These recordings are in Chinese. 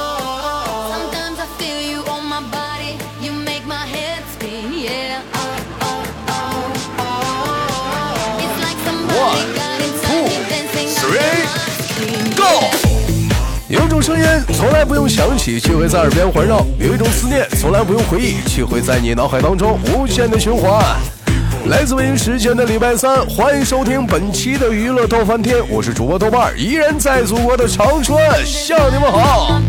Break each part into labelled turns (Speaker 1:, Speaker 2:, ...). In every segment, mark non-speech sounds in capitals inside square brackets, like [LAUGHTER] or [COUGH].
Speaker 1: Sometimes I feel you on my body. You make my head spin, yeah. Oh, oh, oh, oh. It's like somebody
Speaker 2: One,
Speaker 1: got inside me
Speaker 2: two,
Speaker 1: dancing under
Speaker 2: three,
Speaker 1: my skin.
Speaker 2: Go！有一种声音从来不用想起，却会在耳边环绕；有一种思念从来不用回忆，却会在你脑海当中无限的循环。来自北京时间的礼拜三，欢迎收听本期的娱乐逗翻天，我是主播豆瓣儿，依然在祖国的长春向你们好。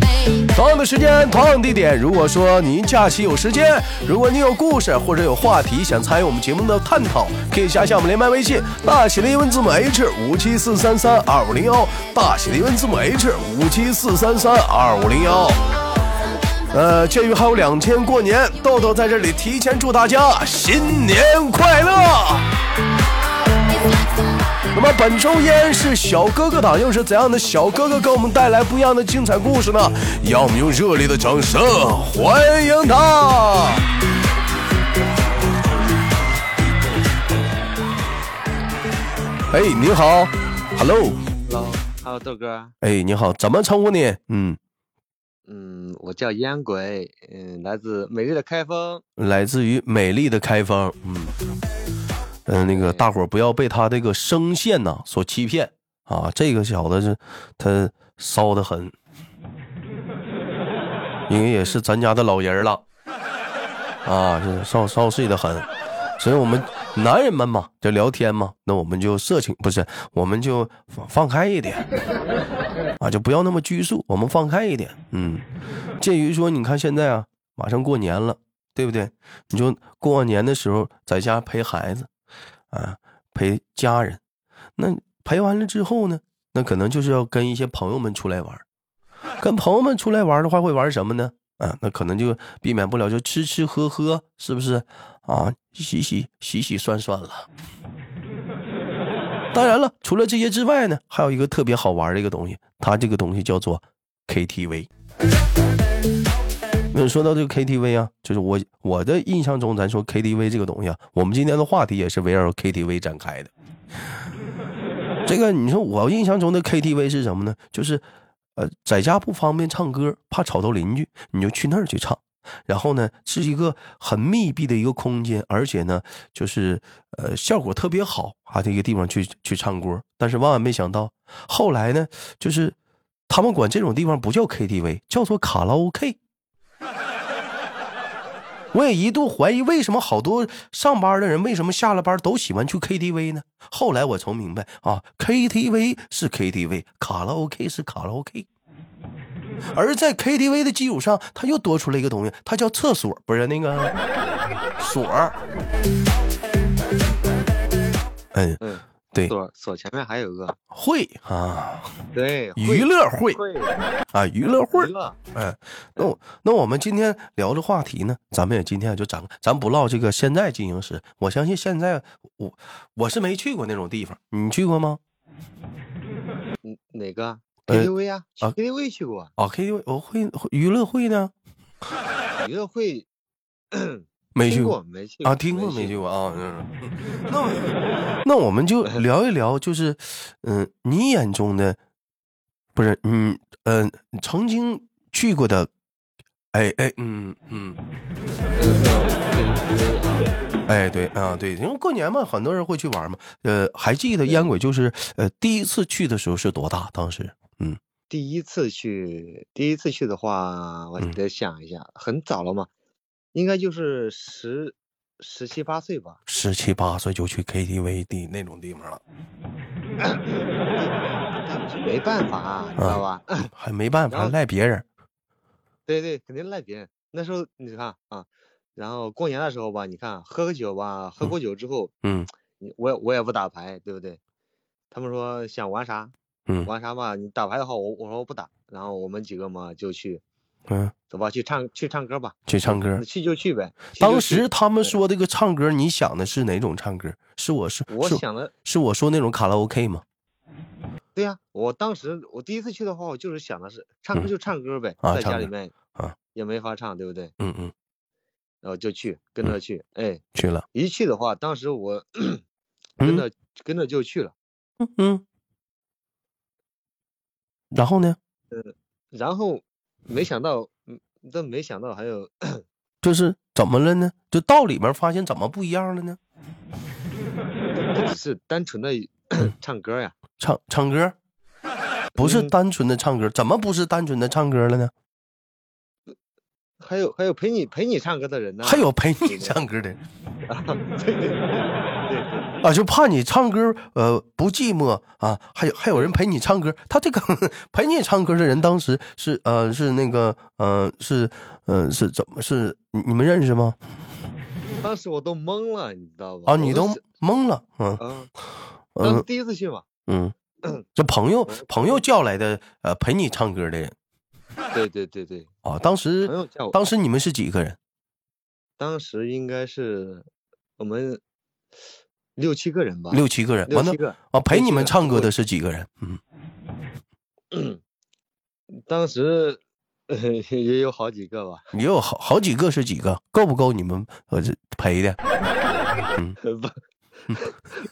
Speaker 2: 同样的时间，同样地点。如果说您假期有时间，如果你有故事或者有话题想参与我们节目的探讨，可以加一下我们连麦微信，大写的英文字母 H 五七四三三二五零幺，大写的英文字母 H 五七四三三二五零幺。呃，鉴于还有两天过年，豆豆在这里提前祝大家新年快乐。那么本周依然是小哥哥党，又是怎样的小哥哥给我们带来不一样的精彩故事呢？让我们用热烈的掌声欢迎他！哎，你好，Hello，
Speaker 3: Hello，Hello，豆哥，
Speaker 2: 哎，你好，怎么称呼你？嗯，
Speaker 3: 嗯，我叫烟鬼，嗯，来自美丽的开封，
Speaker 2: 来自于美丽的开封，嗯嗯、那个大伙儿不要被他这个声线呐所欺骗啊，这个小子是他骚的很，因为也是咱家的老人儿了啊，是骚骚碎的很，所以我们男人们嘛，这聊天嘛，那我们就色情不是，我们就放放开一点啊，就不要那么拘束，我们放开一点，嗯，鉴于说你看现在啊，马上过年了。对不对？你就过完年的时候在家陪孩子，啊，陪家人。那陪完了之后呢，那可能就是要跟一些朋友们出来玩儿。跟朋友们出来玩儿的话，会玩什么呢？啊，那可能就避免不了就吃吃喝喝，是不是？啊，洗洗洗洗涮涮了。当然了，除了这些之外呢，还有一个特别好玩儿的一个东西，它这个东西叫做 KTV。那呃说到这个 KTV 啊，就是我我的印象中，咱说 KTV 这个东西啊，我们今天的话题也是围绕 KTV 展开的。这个你说我印象中的 KTV 是什么呢？就是，呃，在家不方便唱歌，怕吵到邻居，你就去那儿去唱。然后呢，是一个很密闭的一个空间，而且呢，就是呃效果特别好啊，这个地方去去唱歌。但是万万没想到，后来呢，就是他们管这种地方不叫 KTV，叫做卡拉 OK。我也一度怀疑，为什么好多上班的人为什么下了班都喜欢去 KTV 呢？后来我才明白啊，KTV 是 KTV，卡拉 OK 是卡拉 OK。而在 KTV 的基础上，它又多出了一个东西，它叫厕所，不是那个锁儿。嗯，
Speaker 3: 嗯，
Speaker 2: 对，
Speaker 3: 左左前面还有个，
Speaker 2: 会啊，
Speaker 3: 对，
Speaker 2: 娱乐会
Speaker 3: 会
Speaker 2: 啊，娱乐会
Speaker 3: 娱。乐，
Speaker 2: 嗯，那我那我们今天聊的话题呢，咱们也今天就咱咱不唠这个现在进行时，我相信现在我我是没去过那种地方，你去过吗？
Speaker 3: 嗯，哪个
Speaker 2: 呃
Speaker 3: KTV 呀
Speaker 2: 啊
Speaker 3: ？KTV 去过，
Speaker 2: 啊，KTV 我会会娱乐会呢，
Speaker 3: 娱乐会
Speaker 2: 没去
Speaker 3: 听
Speaker 2: 过
Speaker 3: 过没去
Speaker 2: 啊，听过没去？过 [LAUGHS] 啊？嗯，那我那我们就聊一聊，就是嗯、你眼中的不是嗯嗯、曾经去过的，哎哎嗯嗯，哎，对啊，对，因为过年嘛，很多人会去玩嘛。呃，还记得烟鬼就是呃第一次去的时候是多大？当时
Speaker 3: 第一次去，第一次去的话，我
Speaker 2: 嗯
Speaker 3: 得想一下，很早了嘛，应该就是十十七八岁吧。
Speaker 2: 十七八岁就去 KTV 的那种地方了，
Speaker 3: 但是没办法，啊知
Speaker 2: 啊
Speaker 3: 道吧？
Speaker 2: 还没办
Speaker 3: 然
Speaker 2: 法
Speaker 3: 后
Speaker 2: 赖别人。
Speaker 3: 对对，肯定赖别人。那时候你看啊，然后过年的时候吧，你看喝个酒吧，喝
Speaker 2: 嗯
Speaker 3: 过酒之后，
Speaker 2: 嗯
Speaker 3: 你我也我也不打牌，对不对？他们说想玩啥
Speaker 2: 嗯
Speaker 3: 玩啥嘛，你打牌的话，我我说我不打。然后我们几个嘛就去，
Speaker 2: 嗯，
Speaker 3: 走吧，去唱去唱歌吧，
Speaker 2: 去唱歌
Speaker 3: 那。去就去呗。去就
Speaker 2: 当
Speaker 3: 去
Speaker 2: 时他们
Speaker 3: 对
Speaker 2: 说这个唱歌，你想的是哪种唱歌？是我是
Speaker 3: 我
Speaker 2: 是
Speaker 3: 想的，
Speaker 2: 是我说那种卡拉 OK 吗？
Speaker 3: 对呀、我当时我第一次去的话，我就是想的是唱歌
Speaker 2: 嗯
Speaker 3: 就唱歌呗，
Speaker 2: 啊
Speaker 3: 在
Speaker 2: 唱
Speaker 3: 家里
Speaker 2: 歌
Speaker 3: 面
Speaker 2: 啊
Speaker 3: 也没法唱，对不对？
Speaker 2: 嗯嗯，
Speaker 3: 然后就去跟着去，哎，
Speaker 2: 去了。
Speaker 3: 一去的话，当时我 [CLEARS THROAT]
Speaker 2: 嗯
Speaker 3: 嗯跟着、跟着就去了。
Speaker 2: 嗯，然后呢，
Speaker 3: 然后没想到，嗯，真没想到还有， [CLEARS THROAT]
Speaker 2: 就是怎么了呢？就到里面发现怎么不一样了呢？
Speaker 3: 不只是单纯的 [CLEARS THROAT]
Speaker 2: 嗯
Speaker 3: 唱歌呀，
Speaker 2: 唱唱歌，不是
Speaker 3: 嗯
Speaker 2: 单纯的唱歌，怎么不是单纯的唱歌了呢？
Speaker 3: 还有还有陪你陪你唱歌的人呢，
Speaker 2: 还有陪你
Speaker 3: 这个啊
Speaker 2: 唱歌的
Speaker 3: [LAUGHS]
Speaker 2: 人
Speaker 3: 对对对
Speaker 2: 啊，就怕你唱歌呃不寂寞啊，还有还有人陪你唱歌。他这个 [LAUGHS] 陪你唱歌的人当时是呃是那个呃是呃是怎么是你你们认识吗？
Speaker 3: 当时我都懵了，你知道吧？
Speaker 2: 啊，
Speaker 3: 我
Speaker 2: 你都
Speaker 3: 想
Speaker 2: 懵了，嗯
Speaker 3: 啊，当时
Speaker 2: 嗯
Speaker 3: 第一次去嘛，
Speaker 2: 嗯，这朋友朋友叫来的呃陪你唱歌的人
Speaker 3: 对对对对，
Speaker 2: 啊，当
Speaker 3: 朋友
Speaker 2: 时
Speaker 3: 叫我，啊
Speaker 2: 当时你们是几个人？
Speaker 3: 当时应该是我们六七个人吧，
Speaker 2: 六七个人，
Speaker 3: 六
Speaker 2: 完了
Speaker 3: 七个，
Speaker 2: 啊陪
Speaker 3: 六
Speaker 2: 你
Speaker 3: 七
Speaker 2: 们
Speaker 3: 个
Speaker 2: 唱歌
Speaker 3: 我
Speaker 2: 的是几个人？嗯，
Speaker 3: 当时、 [LAUGHS] 呃、也有好几个吧，
Speaker 2: 也有好好几个是几个，够不够你们呃这陪的？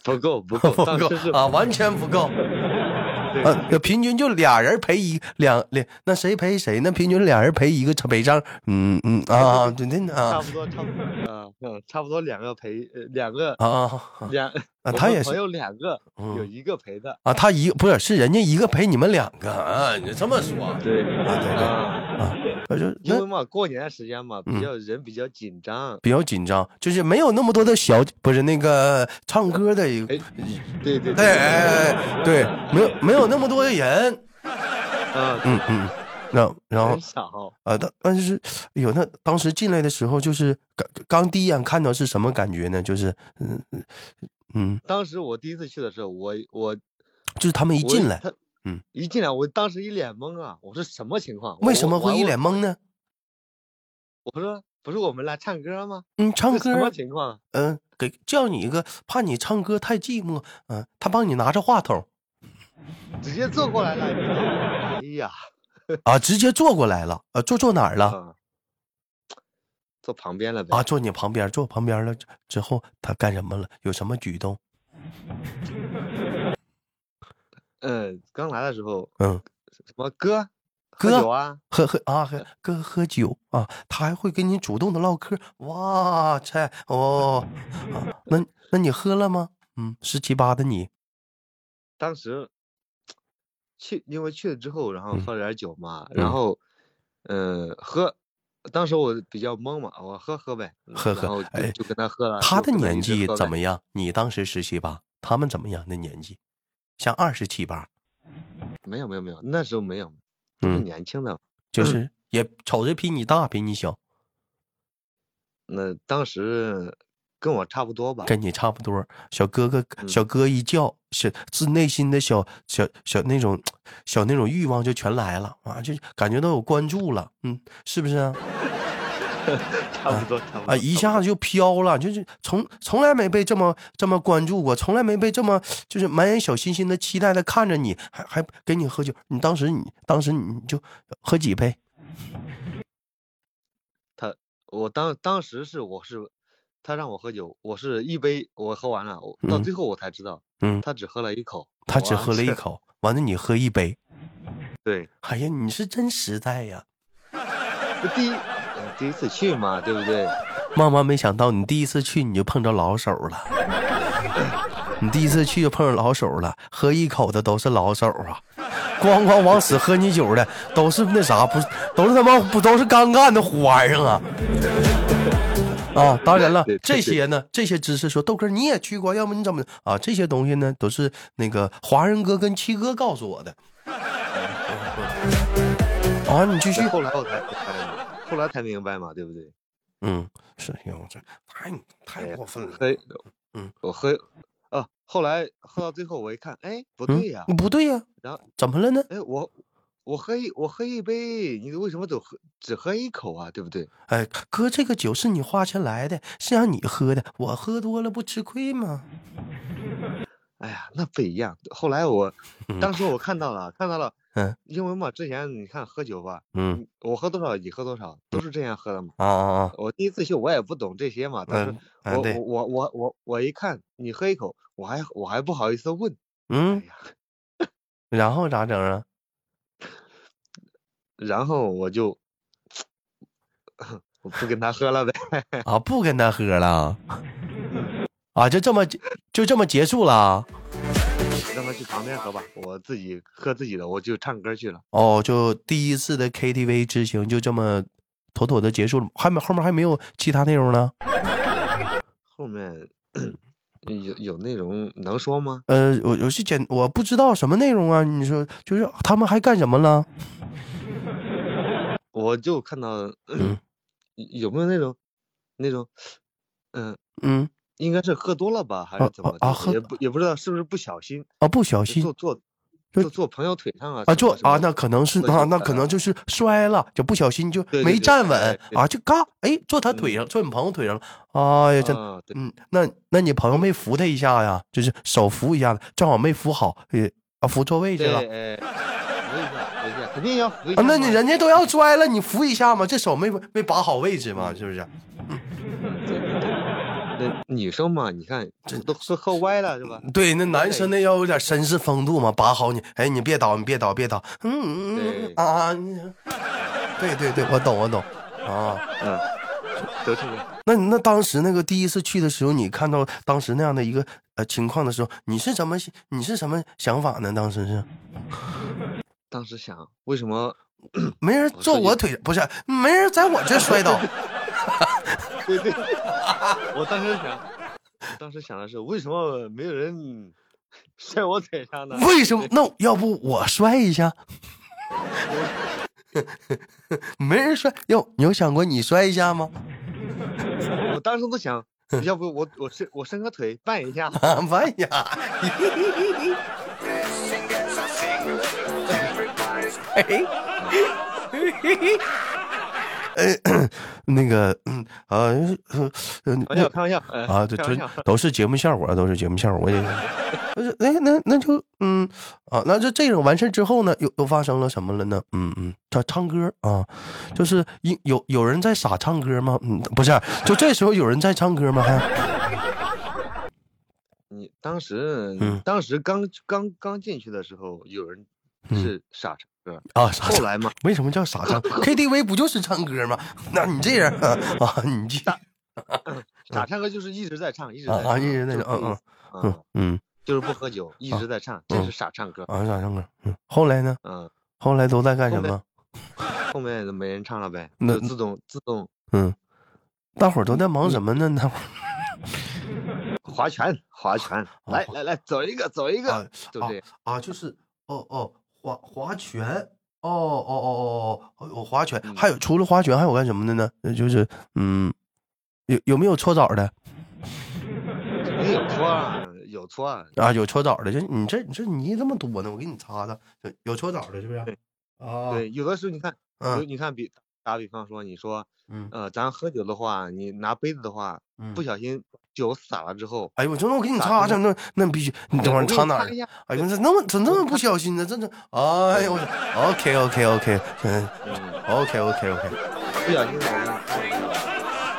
Speaker 3: 不够
Speaker 2: [LAUGHS]
Speaker 3: 不够， [LAUGHS] 当时是
Speaker 2: 啊，完全不
Speaker 3: [LAUGHS]
Speaker 2: 够。
Speaker 3: 对
Speaker 2: 嗯，那平均就俩人陪一两两，那谁陪谁？那平均俩人陪一个陪账。嗯嗯啊，对对
Speaker 3: 差
Speaker 2: 啊
Speaker 3: 不多差不多啊，嗯，差不多两个陪呃两个
Speaker 2: 啊啊
Speaker 3: 两，
Speaker 2: 啊
Speaker 3: 我
Speaker 2: 他
Speaker 3: 们
Speaker 2: 也
Speaker 3: 朋
Speaker 2: 是
Speaker 3: 友两个有
Speaker 2: 嗯
Speaker 3: 一个陪的，
Speaker 2: 啊！他一个不是是人家一个陪你们两个啊，你这么说啊？对
Speaker 3: 对
Speaker 2: 对
Speaker 3: 啊，
Speaker 2: 我就
Speaker 3: 因为
Speaker 2: 那
Speaker 3: 嘛过年时间嘛，
Speaker 2: 嗯
Speaker 3: 比较人比较紧张，
Speaker 2: 比较紧张，就是没有那么多的小不是那个唱歌的一个，
Speaker 3: 哎对对
Speaker 2: 对哎哎对，没有没有那么多的人，
Speaker 3: 啊，
Speaker 2: 嗯嗯，然后然后
Speaker 3: 很少，
Speaker 2: 啊，但但是，哎呦，那当时进来的时候，就是刚刚第一眼看到是什么感觉呢？就是，嗯嗯嗯，
Speaker 3: 当时我第一次去的时候，我我
Speaker 2: 就是他们一
Speaker 3: 我
Speaker 2: 进来，
Speaker 3: 他
Speaker 2: 嗯，
Speaker 3: 一进来我当时一脸懵啊，我说什么情况？我
Speaker 2: 为什么
Speaker 3: 我我
Speaker 2: 会
Speaker 3: 还
Speaker 2: 一
Speaker 3: 问
Speaker 2: 脸懵呢？
Speaker 3: 我说不是我们来唱歌吗？
Speaker 2: 嗯，唱
Speaker 3: 这什
Speaker 2: 歌
Speaker 3: 么
Speaker 2: 啊，
Speaker 3: 情况？
Speaker 2: 嗯、给叫你一个，怕你唱歌太寂寞，嗯、他帮你拿着话筒
Speaker 3: 直接坐过来了，你知道吗？哎呀，
Speaker 2: 啊，直接坐过来了，呃，坐坐哪儿了？
Speaker 3: 啊，坐旁边了呗。
Speaker 2: 啊，坐你旁边，坐旁边了之之后，他干什么了？有什么举动？
Speaker 3: 嗯，刚来的时候，
Speaker 2: 嗯，
Speaker 3: 什么哥，
Speaker 2: 哥
Speaker 3: 喝酒啊，
Speaker 2: 喝喝啊，喝哥喝酒啊，他还会跟你主动的唠嗑，哇塞哦，啊那那你喝了吗？嗯，十七八的你，
Speaker 3: 当时去，因为去了之后，然后
Speaker 2: 嗯
Speaker 3: 喝了点酒嘛，
Speaker 2: 嗯
Speaker 3: 然后，嗯，喝。当时我比较懵嘛，我喝喝呗，嗯
Speaker 2: 喝
Speaker 3: 然后
Speaker 2: 喝
Speaker 3: 就，
Speaker 2: 哎，
Speaker 3: 就跟他喝了。
Speaker 2: 他
Speaker 3: 啊就
Speaker 2: 的
Speaker 3: 跟他一
Speaker 2: 年
Speaker 3: 直
Speaker 2: 纪
Speaker 3: 喝
Speaker 2: 怎
Speaker 3: 呗
Speaker 2: 么样？你当时十七八，他们怎么样的年纪？像二十七八，
Speaker 3: 没有没有没有，那时候没有，都是
Speaker 2: 嗯，
Speaker 3: 年轻的。
Speaker 2: 就是也瞅着比你大，比你小，
Speaker 3: 那当时跟我差不多吧，
Speaker 2: 跟你差不多。小哥哥，
Speaker 3: 嗯
Speaker 2: 小哥一叫，小自内心的小小小那种小那种欲望就全来了啊，就感觉到有关注了，嗯，是不是啊？
Speaker 3: 差不多差不多
Speaker 2: 啊，一
Speaker 3: 差不
Speaker 2: 下子就飘了，就是从从来没被这么这么关注过，从来没被这么就是满眼小心心的期待的看着你，还还给你喝酒。你当时你当时你就喝几杯？
Speaker 3: 多我当当时是我是他让我喝酒，我是一杯我喝完了，我到
Speaker 2: 嗯
Speaker 3: 最后我才知道，
Speaker 2: 嗯
Speaker 3: 他只喝了一口，
Speaker 2: 他只
Speaker 3: 我
Speaker 2: 喝了一，口，完了你喝一杯。
Speaker 3: 对，
Speaker 2: 哎呀，你是真实在呀！
Speaker 3: 这第一呃第一次去嘛，对不对？
Speaker 2: 万万没想到，你第一次去你就碰着老手了，你第一次去就碰着老手了，喝一口的都是老手啊，咣咣往死喝你酒的都是那啥，不是都是他妈不都是刚干的虎玩意儿啊！啊，当然了
Speaker 3: 对，对
Speaker 2: 这些呢，这些知识说豆哥你也去过，要不你怎么啊？这些东西呢，都是那个华人哥跟七哥告诉我
Speaker 3: [LAUGHS]
Speaker 2: 的。啊，你继续
Speaker 3: 那。后来我才明白嘛，后来才明白嘛，对不对？
Speaker 2: 嗯，是，哎呦我这太
Speaker 3: 哎
Speaker 2: 太
Speaker 3: 呀
Speaker 2: 过分了。
Speaker 3: 喝，
Speaker 2: 嗯，
Speaker 3: 我喝，啊，后来喝到最后我一看，哎，不
Speaker 2: 嗯
Speaker 3: 对呀，
Speaker 2: 不对呀、
Speaker 3: 然后
Speaker 2: 怎么了呢？
Speaker 3: 哎我。我喝一我喝一杯，你为什么只喝只喝一口啊？对不对？
Speaker 2: 哎，哥，这个酒是你花钱来的，是让你喝的，我喝多了不吃亏吗？
Speaker 3: 哎呀，那不一样。后来我
Speaker 2: 嗯，
Speaker 3: 当时我看到了，看到了，
Speaker 2: 嗯，
Speaker 3: 因为嘛，之前你看喝酒吧，
Speaker 2: 嗯
Speaker 3: 你我喝多少你喝多少，都是这样喝的嘛。
Speaker 2: 啊啊啊，
Speaker 3: 我第一次去我也不懂这些嘛，但是
Speaker 2: 嗯啊
Speaker 3: 我、
Speaker 2: 对，
Speaker 3: 我我我我我一看你喝一口，我还我还不好意思问，哎
Speaker 2: 嗯，
Speaker 3: 呀，
Speaker 2: 然后咋整啊？
Speaker 3: 然后我就我不跟他喝了呗。
Speaker 2: 啊，不跟他喝了，啊，就这么就这么结束了。啊
Speaker 3: 让他去旁边喝吧，我自己喝自己的，我就唱歌去了。
Speaker 2: 哦，就第一次的 KTV 之行就这么妥妥的结束了，还没后面还没有其他内容呢。
Speaker 3: 后面
Speaker 2: 嗯
Speaker 3: [CLEARS THROAT] 有有内容能说吗？
Speaker 2: 呃，我我是简我不知道什么内容啊，你说就是他们还干什么了？
Speaker 3: 我就看到
Speaker 2: 嗯
Speaker 3: [CLEARS THROAT] 有没有那种那种，嗯、
Speaker 2: 嗯，
Speaker 3: 应该是喝多了吧，还
Speaker 2: 啊
Speaker 3: 是怎么
Speaker 2: 啊
Speaker 3: 的？
Speaker 2: 啊喝
Speaker 3: 也不也不知道是不是不小心，
Speaker 2: 啊，不小
Speaker 3: 就
Speaker 2: 心
Speaker 3: 坐坐
Speaker 2: 就
Speaker 3: 坐坐朋友腿上啊
Speaker 2: 啊，
Speaker 3: 什
Speaker 2: 就
Speaker 3: 么什
Speaker 2: 啊，
Speaker 3: 么
Speaker 2: 那可能是
Speaker 3: 或者
Speaker 2: 啊，
Speaker 3: 是
Speaker 2: 那
Speaker 3: 呃
Speaker 2: 可能就是摔了，就不小心就
Speaker 3: 对对
Speaker 2: 没
Speaker 3: 对
Speaker 2: 站
Speaker 3: 哎
Speaker 2: 稳
Speaker 3: 对
Speaker 2: 啊，就嘎，哎，坐他腿上，坐你朋友腿上了，哎呀，真
Speaker 3: 嗯啊，对，
Speaker 2: 嗯，那那你朋友没扶他一下呀？就是手扶一下子，正好没扶好，呃啊，扶错位去
Speaker 3: 对，
Speaker 2: 了。
Speaker 3: 哎，扶一下，扶一下，肯定要扶一下
Speaker 2: 啊
Speaker 3: 嘛。，
Speaker 2: 那你人家都要摔了，你扶一下嘛，这手没没把好位置嘛，是不是？
Speaker 3: 嗯对对对，那女生嘛，你看
Speaker 2: 这嗯
Speaker 3: 都都喝歪了是吧？
Speaker 2: 对，那男生那要有点绅士风度嘛，把好你，哎，你别倒，你别倒，别倒，嗯嗯嗯
Speaker 3: 对
Speaker 2: 啊啊，你 [LAUGHS] 对对对，我懂我懂啊。
Speaker 3: 嗯，都是这样
Speaker 2: 那那当时那个第一次去的时候，你看到当时那样的一个呃情况的时候，你是怎么你是什么想法呢？当时是
Speaker 3: 当时想，为什么？
Speaker 2: 没人坐我腿，不是没人在我这摔倒
Speaker 3: 对对，我当时想，当时想的是，为什么没有人 [LAUGHS] 摔我腿上呢？
Speaker 2: 为什么？那要不我摔一下？ [LAUGHS] 没人摔，哟，你有想过你摔一下吗？，
Speaker 3: 我当时都想，要不我我伸我伸个腿绊一下
Speaker 2: 啊， [LAUGHS] 哎呀，嘿嘿嘿嘿哎， [COUGHS] 那个，嗯啊，呃呃呃
Speaker 3: 玩笑开玩笑，呃
Speaker 2: 啊，这
Speaker 3: 开
Speaker 2: 这
Speaker 3: 玩笑，
Speaker 2: 都是节目效果，啊都是节目效果。我也，不是，哎，那那就，嗯，啊，那就这种完事儿之后呢，又又发生了什么了呢？嗯嗯，他唱歌啊，就是一有有人在傻唱歌吗？嗯，不是，就这时候有人在唱歌吗？还
Speaker 3: 你当时
Speaker 2: 嗯
Speaker 3: 当时刚刚刚进去的时候，有人
Speaker 2: 嗯
Speaker 3: 是傻唱歌，
Speaker 2: [LAUGHS] 啊，傻
Speaker 3: 后
Speaker 2: 唱，
Speaker 3: 来嘛，
Speaker 2: 为什么叫傻
Speaker 3: [LAUGHS]
Speaker 2: 唱？KTV 不就是唱歌吗？那你这人啊，啊你这
Speaker 3: 傻唱歌就是一直在唱，一
Speaker 2: 嗯
Speaker 3: 直
Speaker 2: 啊
Speaker 3: 在
Speaker 2: 啊，
Speaker 3: 唱，
Speaker 2: 一直在
Speaker 3: 就是
Speaker 2: 唱，嗯
Speaker 3: 不
Speaker 2: 嗯
Speaker 3: 嗯
Speaker 2: 嗯嗯，
Speaker 3: 就是不
Speaker 2: [LAUGHS]
Speaker 3: 喝酒，一
Speaker 2: 啊
Speaker 3: 直在唱，
Speaker 2: 嗯
Speaker 3: 这是傻唱歌。
Speaker 2: 啊，傻唱歌。嗯，后来呢？
Speaker 3: 嗯，
Speaker 2: 后来都在干什
Speaker 3: 后来
Speaker 2: 么？
Speaker 3: 后面就没人唱了呗，
Speaker 2: 那
Speaker 3: 就自动自动
Speaker 2: 嗯，大伙儿都在忙什么
Speaker 3: 嗯
Speaker 2: 呢？大伙儿
Speaker 3: 划拳，划拳，来来来，走一个，走一
Speaker 2: 啊
Speaker 3: 个，就这样。
Speaker 2: 啊，就是哦哦，划划拳，哦哦哦哦哦，有划拳，
Speaker 3: 嗯
Speaker 2: 还有除了划拳还有干什么的呢？呃就是嗯，有有没有搓澡的
Speaker 3: 肯定有搓啊，有搓啊，
Speaker 2: 啊？有搓澡的，就你这你这泥这么多呢，我给你擦擦。有有搓澡的是不是？
Speaker 3: 对
Speaker 2: 啊，
Speaker 3: 对，有的时候你看，有
Speaker 2: 嗯
Speaker 3: 你看比打比方说，你说
Speaker 2: 嗯
Speaker 3: 呃，咱喝酒的话，你拿杯子的话，
Speaker 2: 嗯
Speaker 3: 不。小心酒洒了之后，
Speaker 2: 哎呦，我说那我给你
Speaker 3: 咋
Speaker 2: 擦
Speaker 3: 的
Speaker 2: 擦，那那必须，你等会
Speaker 3: 我
Speaker 2: 儿
Speaker 3: 给
Speaker 2: 擦
Speaker 3: 你
Speaker 2: 哪
Speaker 3: 擦
Speaker 2: 儿
Speaker 3: 一？下
Speaker 2: 哎呦，这那么怎么那么不小心呢？这这，哎呦，OK OK OK，嗯
Speaker 3: 嗯，
Speaker 2: ，OK OK OK。
Speaker 3: 不小心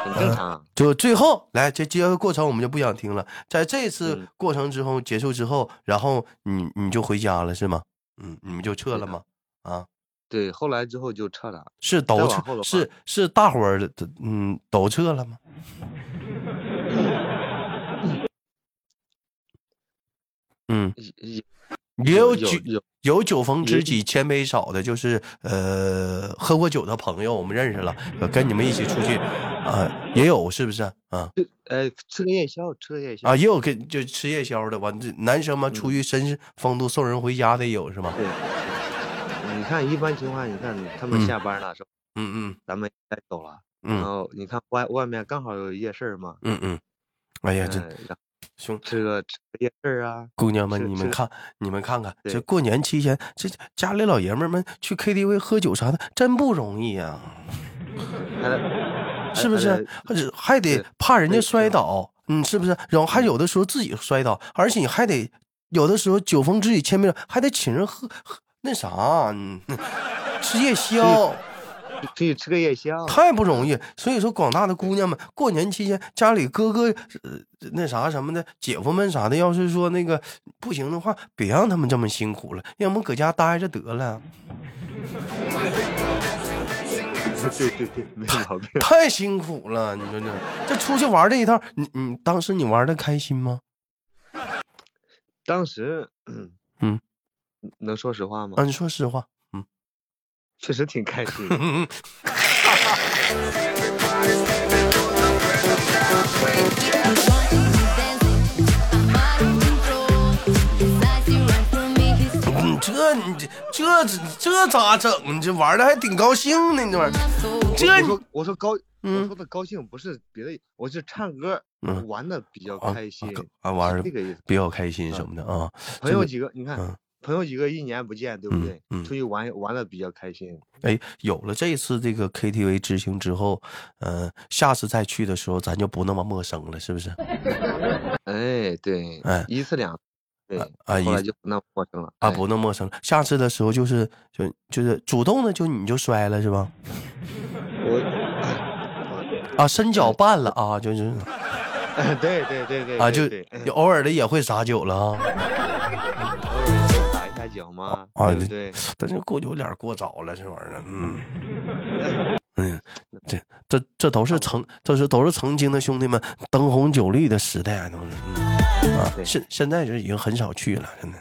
Speaker 3: 我们很
Speaker 2: 嗯
Speaker 3: 正常啊。
Speaker 2: 就最后来这这个过程我们就不想听了，在这次
Speaker 3: 嗯
Speaker 2: 过程之后、结束之后，然后你你就回家了是吗？嗯，你们就撤了吗？啊，
Speaker 3: 对，后来之后就撤了，
Speaker 2: 是
Speaker 3: 再
Speaker 2: 都
Speaker 3: 往
Speaker 2: 撤
Speaker 3: 后的，话
Speaker 2: 是是大伙儿的嗯都撤了吗？ [LAUGHS] 嗯，
Speaker 3: 也
Speaker 2: 也有
Speaker 3: 有
Speaker 2: 酒
Speaker 3: 有
Speaker 2: 有酒逢知
Speaker 3: 也
Speaker 2: 己千杯少的，就是呃喝过酒的朋友，我们认识了，呃跟你们一起出去啊、也有是不是啊？
Speaker 3: 呃吃个夜宵，吃个夜宵
Speaker 2: 啊，。也有跟就吃夜宵的，完这男生嘛，
Speaker 3: 嗯
Speaker 2: 出于绅士风度送人回家的也有是吗？
Speaker 3: 对，你看一般情况，你看他们
Speaker 2: 嗯
Speaker 3: 下班了是吧？
Speaker 2: 嗯
Speaker 3: 咱们该走了，然
Speaker 2: 嗯
Speaker 3: 后你看外外面刚好有夜市嘛，
Speaker 2: 嗯嗯嗯，哎呀，
Speaker 3: 嗯，
Speaker 2: 这
Speaker 3: 然后
Speaker 2: 兄
Speaker 3: 吃个吃个夜市啊，
Speaker 2: 姑娘们，
Speaker 3: 是
Speaker 2: 你
Speaker 3: 是
Speaker 2: 们看你们看看，这
Speaker 3: 对
Speaker 2: 过年期间这家里老爷们儿们去 KTV 喝酒啥的，真不容易啊呀、
Speaker 3: 还得
Speaker 2: 是不是？还是还得
Speaker 3: 对
Speaker 2: 怕人家
Speaker 3: 对
Speaker 2: 摔
Speaker 3: 对
Speaker 2: 倒，嗯，是不是？然后还有的时候自己摔倒，而且你还得有的时候酒逢知己千杯少，还得请人喝喝那啥，嗯，吃夜宵。
Speaker 3: 可以吃个
Speaker 2: [LAUGHS]
Speaker 3: 夜宵？
Speaker 2: 太不容易。所以说，广大的姑娘们，过年期间家里哥哥、呃、那啥什么的，姐夫们啥的，要是说那个不行的话，别让他们这么辛苦了，让我们搁家待着得了。
Speaker 3: 对对对，没毛病。
Speaker 2: 太辛苦了，你说这这出去玩这一趟，你你当时你玩的开心吗？
Speaker 3: 当时，嗯
Speaker 2: 嗯，
Speaker 3: [CLEARS THROAT] 能说实话吗？
Speaker 2: 啊，你说实话，嗯，
Speaker 3: 确实挺
Speaker 2: [LAUGHS]
Speaker 3: 开心的
Speaker 2: 嗯这你这这这咋整？啊你这玩的还挺高兴呢，你这玩意儿这
Speaker 3: 我
Speaker 2: 你
Speaker 3: 说我说高，
Speaker 2: 嗯
Speaker 3: 我说的高兴不是别的，我是唱歌
Speaker 2: 嗯
Speaker 3: 玩的比较
Speaker 2: 啊
Speaker 3: 开心，
Speaker 2: 啊玩
Speaker 3: 是
Speaker 2: 的
Speaker 3: 这个意思。
Speaker 2: 比较开心什么的啊，
Speaker 3: 朋友几个，你看
Speaker 2: 嗯
Speaker 3: 朋友几个一年不见，对不
Speaker 2: 嗯
Speaker 3: 对
Speaker 2: 嗯？
Speaker 3: 出去玩玩的比较开心。
Speaker 2: 哎，有了这次这个 KTV 之行之后，呃，下次再去的时候咱就不那么陌生了，是不是？
Speaker 3: 哎，对
Speaker 2: 哎，
Speaker 3: 一次两次，对
Speaker 2: 啊啊，一
Speaker 3: 后来
Speaker 2: 次
Speaker 3: 就不那陌生了
Speaker 2: 啊，
Speaker 3: 哎
Speaker 2: 不那么陌生了。下次的时候就是就就是主动的就你就摔了是吧？
Speaker 3: 我，
Speaker 2: 啊，伸脚绊了啊，就是
Speaker 3: 哎 [LAUGHS] 对对对对
Speaker 2: 啊，
Speaker 3: 对
Speaker 2: 就
Speaker 3: 对哎
Speaker 2: 就偶尔的也会撒酒了啊，
Speaker 3: 打一下脚嘛，
Speaker 2: 啊
Speaker 3: 对不
Speaker 2: 你
Speaker 3: 对？
Speaker 2: 但是过有点过早了，这玩意儿，
Speaker 3: [LAUGHS]
Speaker 2: 嗯。嗯，这这这都是曾，这是都是曾经的兄弟们灯红酒绿的时代啊，都是，嗯、啊，
Speaker 3: 对
Speaker 2: 现现在就已经很少去了，真的，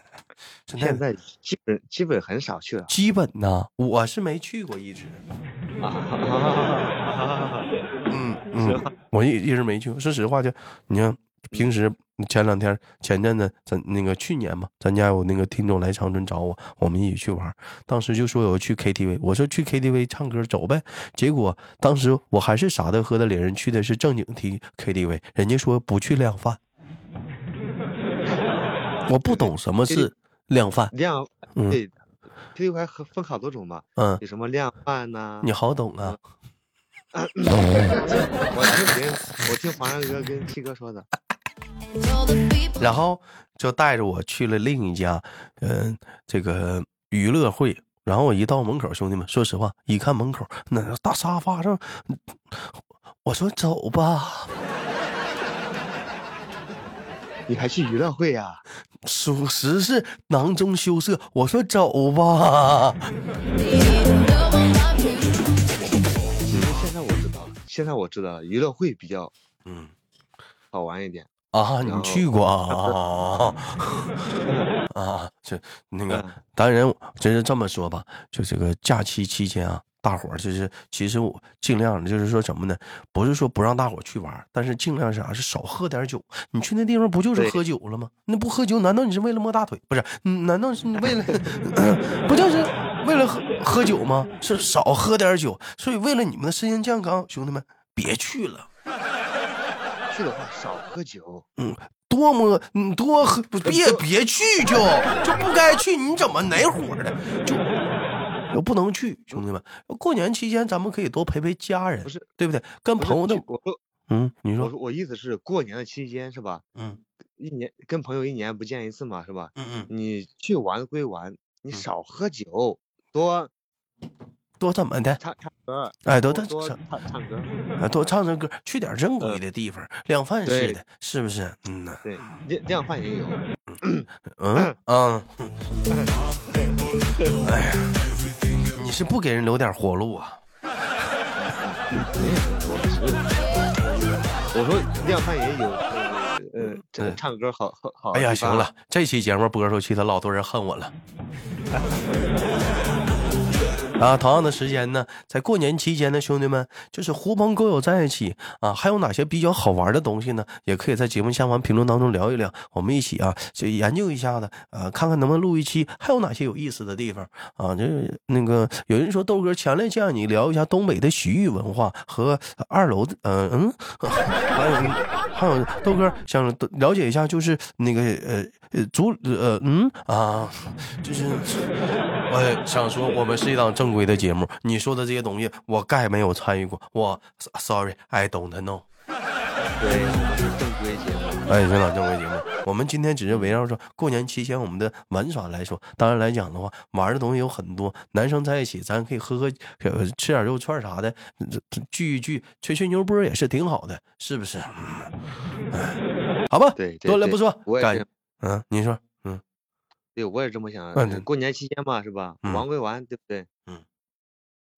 Speaker 2: 现在
Speaker 3: 现在基本基本很少去了
Speaker 2: 基本呢，我是没去过，一直，
Speaker 3: 啊，
Speaker 2: 嗯嗯，我一一直没去过。说实话，就你看，平时前两天、前阵子，咱那个去年嘛，咱家有那个听众来长春找我，我们一起去玩儿。当时就说有去 KTV，我说去 KTV 唱歌走呗。结果当时我还是傻的喝的脸，人去的是正经 T KTV，人家说不去量贩。我不懂什么是量贩，
Speaker 3: 量
Speaker 2: 嗯
Speaker 3: 对，KTV 还和分好多种吧，
Speaker 2: 嗯，
Speaker 3: 有什么量贩呐？
Speaker 2: 你好懂啊，
Speaker 3: 嗯 [LAUGHS] 我听别人，我听华山哥跟七哥说的，
Speaker 2: 然后就带着我去了另一家，嗯、这个娱乐会。然后我一到门口，兄弟们，说实话，一看门口那大沙发上，我说走吧，
Speaker 3: 你还去娱乐会啊呀？
Speaker 2: 属实是囊中羞涩。我说走吧，
Speaker 3: 其实现在我知道了，现在我知道了，娱乐会比较
Speaker 2: 嗯
Speaker 3: 好玩一点。
Speaker 2: 啊，
Speaker 3: 然
Speaker 2: 你
Speaker 3: 后
Speaker 2: 去过啊啊啊啊！这那个
Speaker 3: 嗯，
Speaker 2: 当然，真是这么说吧，就这个假期期间啊，大伙儿就是其实我尽量就是说什么呢？不是说不让大伙儿去玩儿，但是尽量是啥、是少喝点儿酒。你去那地方不就是
Speaker 3: 对
Speaker 2: 喝酒了吗？那不喝酒，难道你是为了摸大腿？不是，嗯难道是你为了不就是为了喝喝酒吗？是少喝点儿酒。所以为了你们的身心健康，兄弟们别去了。
Speaker 3: 去的话少喝酒，
Speaker 2: 嗯，多么你多喝，不
Speaker 3: 呃
Speaker 2: 别别去就就不该去，你怎么哪伙儿的就又不能去，兄弟们，过年期间咱们可以多陪陪家人，
Speaker 3: 不是
Speaker 2: 对不对？跟
Speaker 3: 不是
Speaker 2: 朋友的
Speaker 3: 去，我说
Speaker 2: 嗯，你
Speaker 3: 我
Speaker 2: 说，
Speaker 3: 说我意思是过年的期间是吧？
Speaker 2: 嗯
Speaker 3: 一年跟朋友一年不见一次嘛，是吧？
Speaker 2: 嗯嗯，
Speaker 3: 你去玩归玩，你少喝酒，多
Speaker 2: 多怎么的？
Speaker 3: 唱唱歌，
Speaker 2: 哎，多
Speaker 3: 多
Speaker 2: 多
Speaker 3: 多
Speaker 2: 唱
Speaker 3: 唱唱歌。
Speaker 2: 哎多唱唱歌，去点正规的地方，量贩式
Speaker 3: 对
Speaker 2: 的，是不是？嗯呐，
Speaker 3: 对，量量贩也有。
Speaker 2: 嗯嗯，哎呀，你是不给人留点活路啊？
Speaker 3: 我说量贩也有，呃，呃这唱歌好好好。
Speaker 2: 嗯哎呀，行，了，这期节目播出去，他老多人恨我了。 [LAUGHS] 啊，同样的时间呢，在过年期间呢，兄弟们，就是狐朋狗友在一起啊，还有哪些比较好玩的东西呢？也可以在节目下方评论当中聊一聊，我们一起啊，就研究一下子，呃，看看能不能录一期，还有哪些有意思的地方啊？这那个有人说豆哥强烈建议你聊一下东北的洗浴文化和二楼的，呃、嗯， [LAUGHS] 还有还有豆哥想了解一下，就是那个呃呃足呃嗯啊，就是 [LAUGHS] 我想说，我们是一档正规的节目，你说的这些东西我概没有参与过，我 sorry，I don't know。
Speaker 3: 对，我是正规节目。
Speaker 2: 哎，真的正规节目，我们今天只是围绕着过年期间我们的玩耍来说。当然来讲的话，玩的东西有很多，男生在一起咱可以喝喝，呃吃点肉串儿啥的，这这聚一聚，吹吹牛波也是挺好的，是不是？嗯哎好吧，
Speaker 3: 对对
Speaker 2: 多了
Speaker 3: 对
Speaker 2: 不说
Speaker 3: 我，也
Speaker 2: 感
Speaker 3: 是
Speaker 2: 嗯，你说，嗯
Speaker 3: 对，我也这么想。啊
Speaker 2: 嗯
Speaker 3: 过年期间嘛，是吧？
Speaker 2: 嗯
Speaker 3: 玩归玩，对不对？
Speaker 2: 嗯。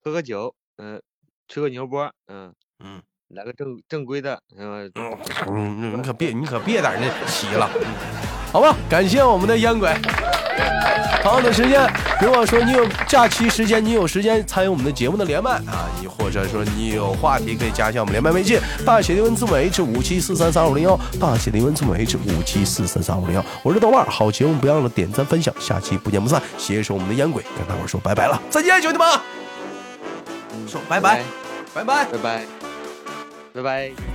Speaker 3: 喝个酒，嗯、吹个牛波，嗯、
Speaker 2: 嗯
Speaker 3: 来个正正规的，嗯、
Speaker 2: 嗯嗯，你可别你可别在那洗了，嗯好吧？感谢我们的烟鬼。同样的时间，如果说你有假期时间，你有时间参与我们的节目的连麦啊，你或者说你有话题可以加一下我们连麦微信，大写英文字母 H 五七四三三五零幺，大写英文字母 H 五七四三三五零幺。我是豆瓣儿，好节目不要忘了点赞分享，下期不见不散。携手我们的烟鬼，跟大伙儿说拜拜了，再见，兄弟们，
Speaker 3: 嗯
Speaker 2: 说拜拜，拜拜。
Speaker 3: 拜拜，拜拜。拜拜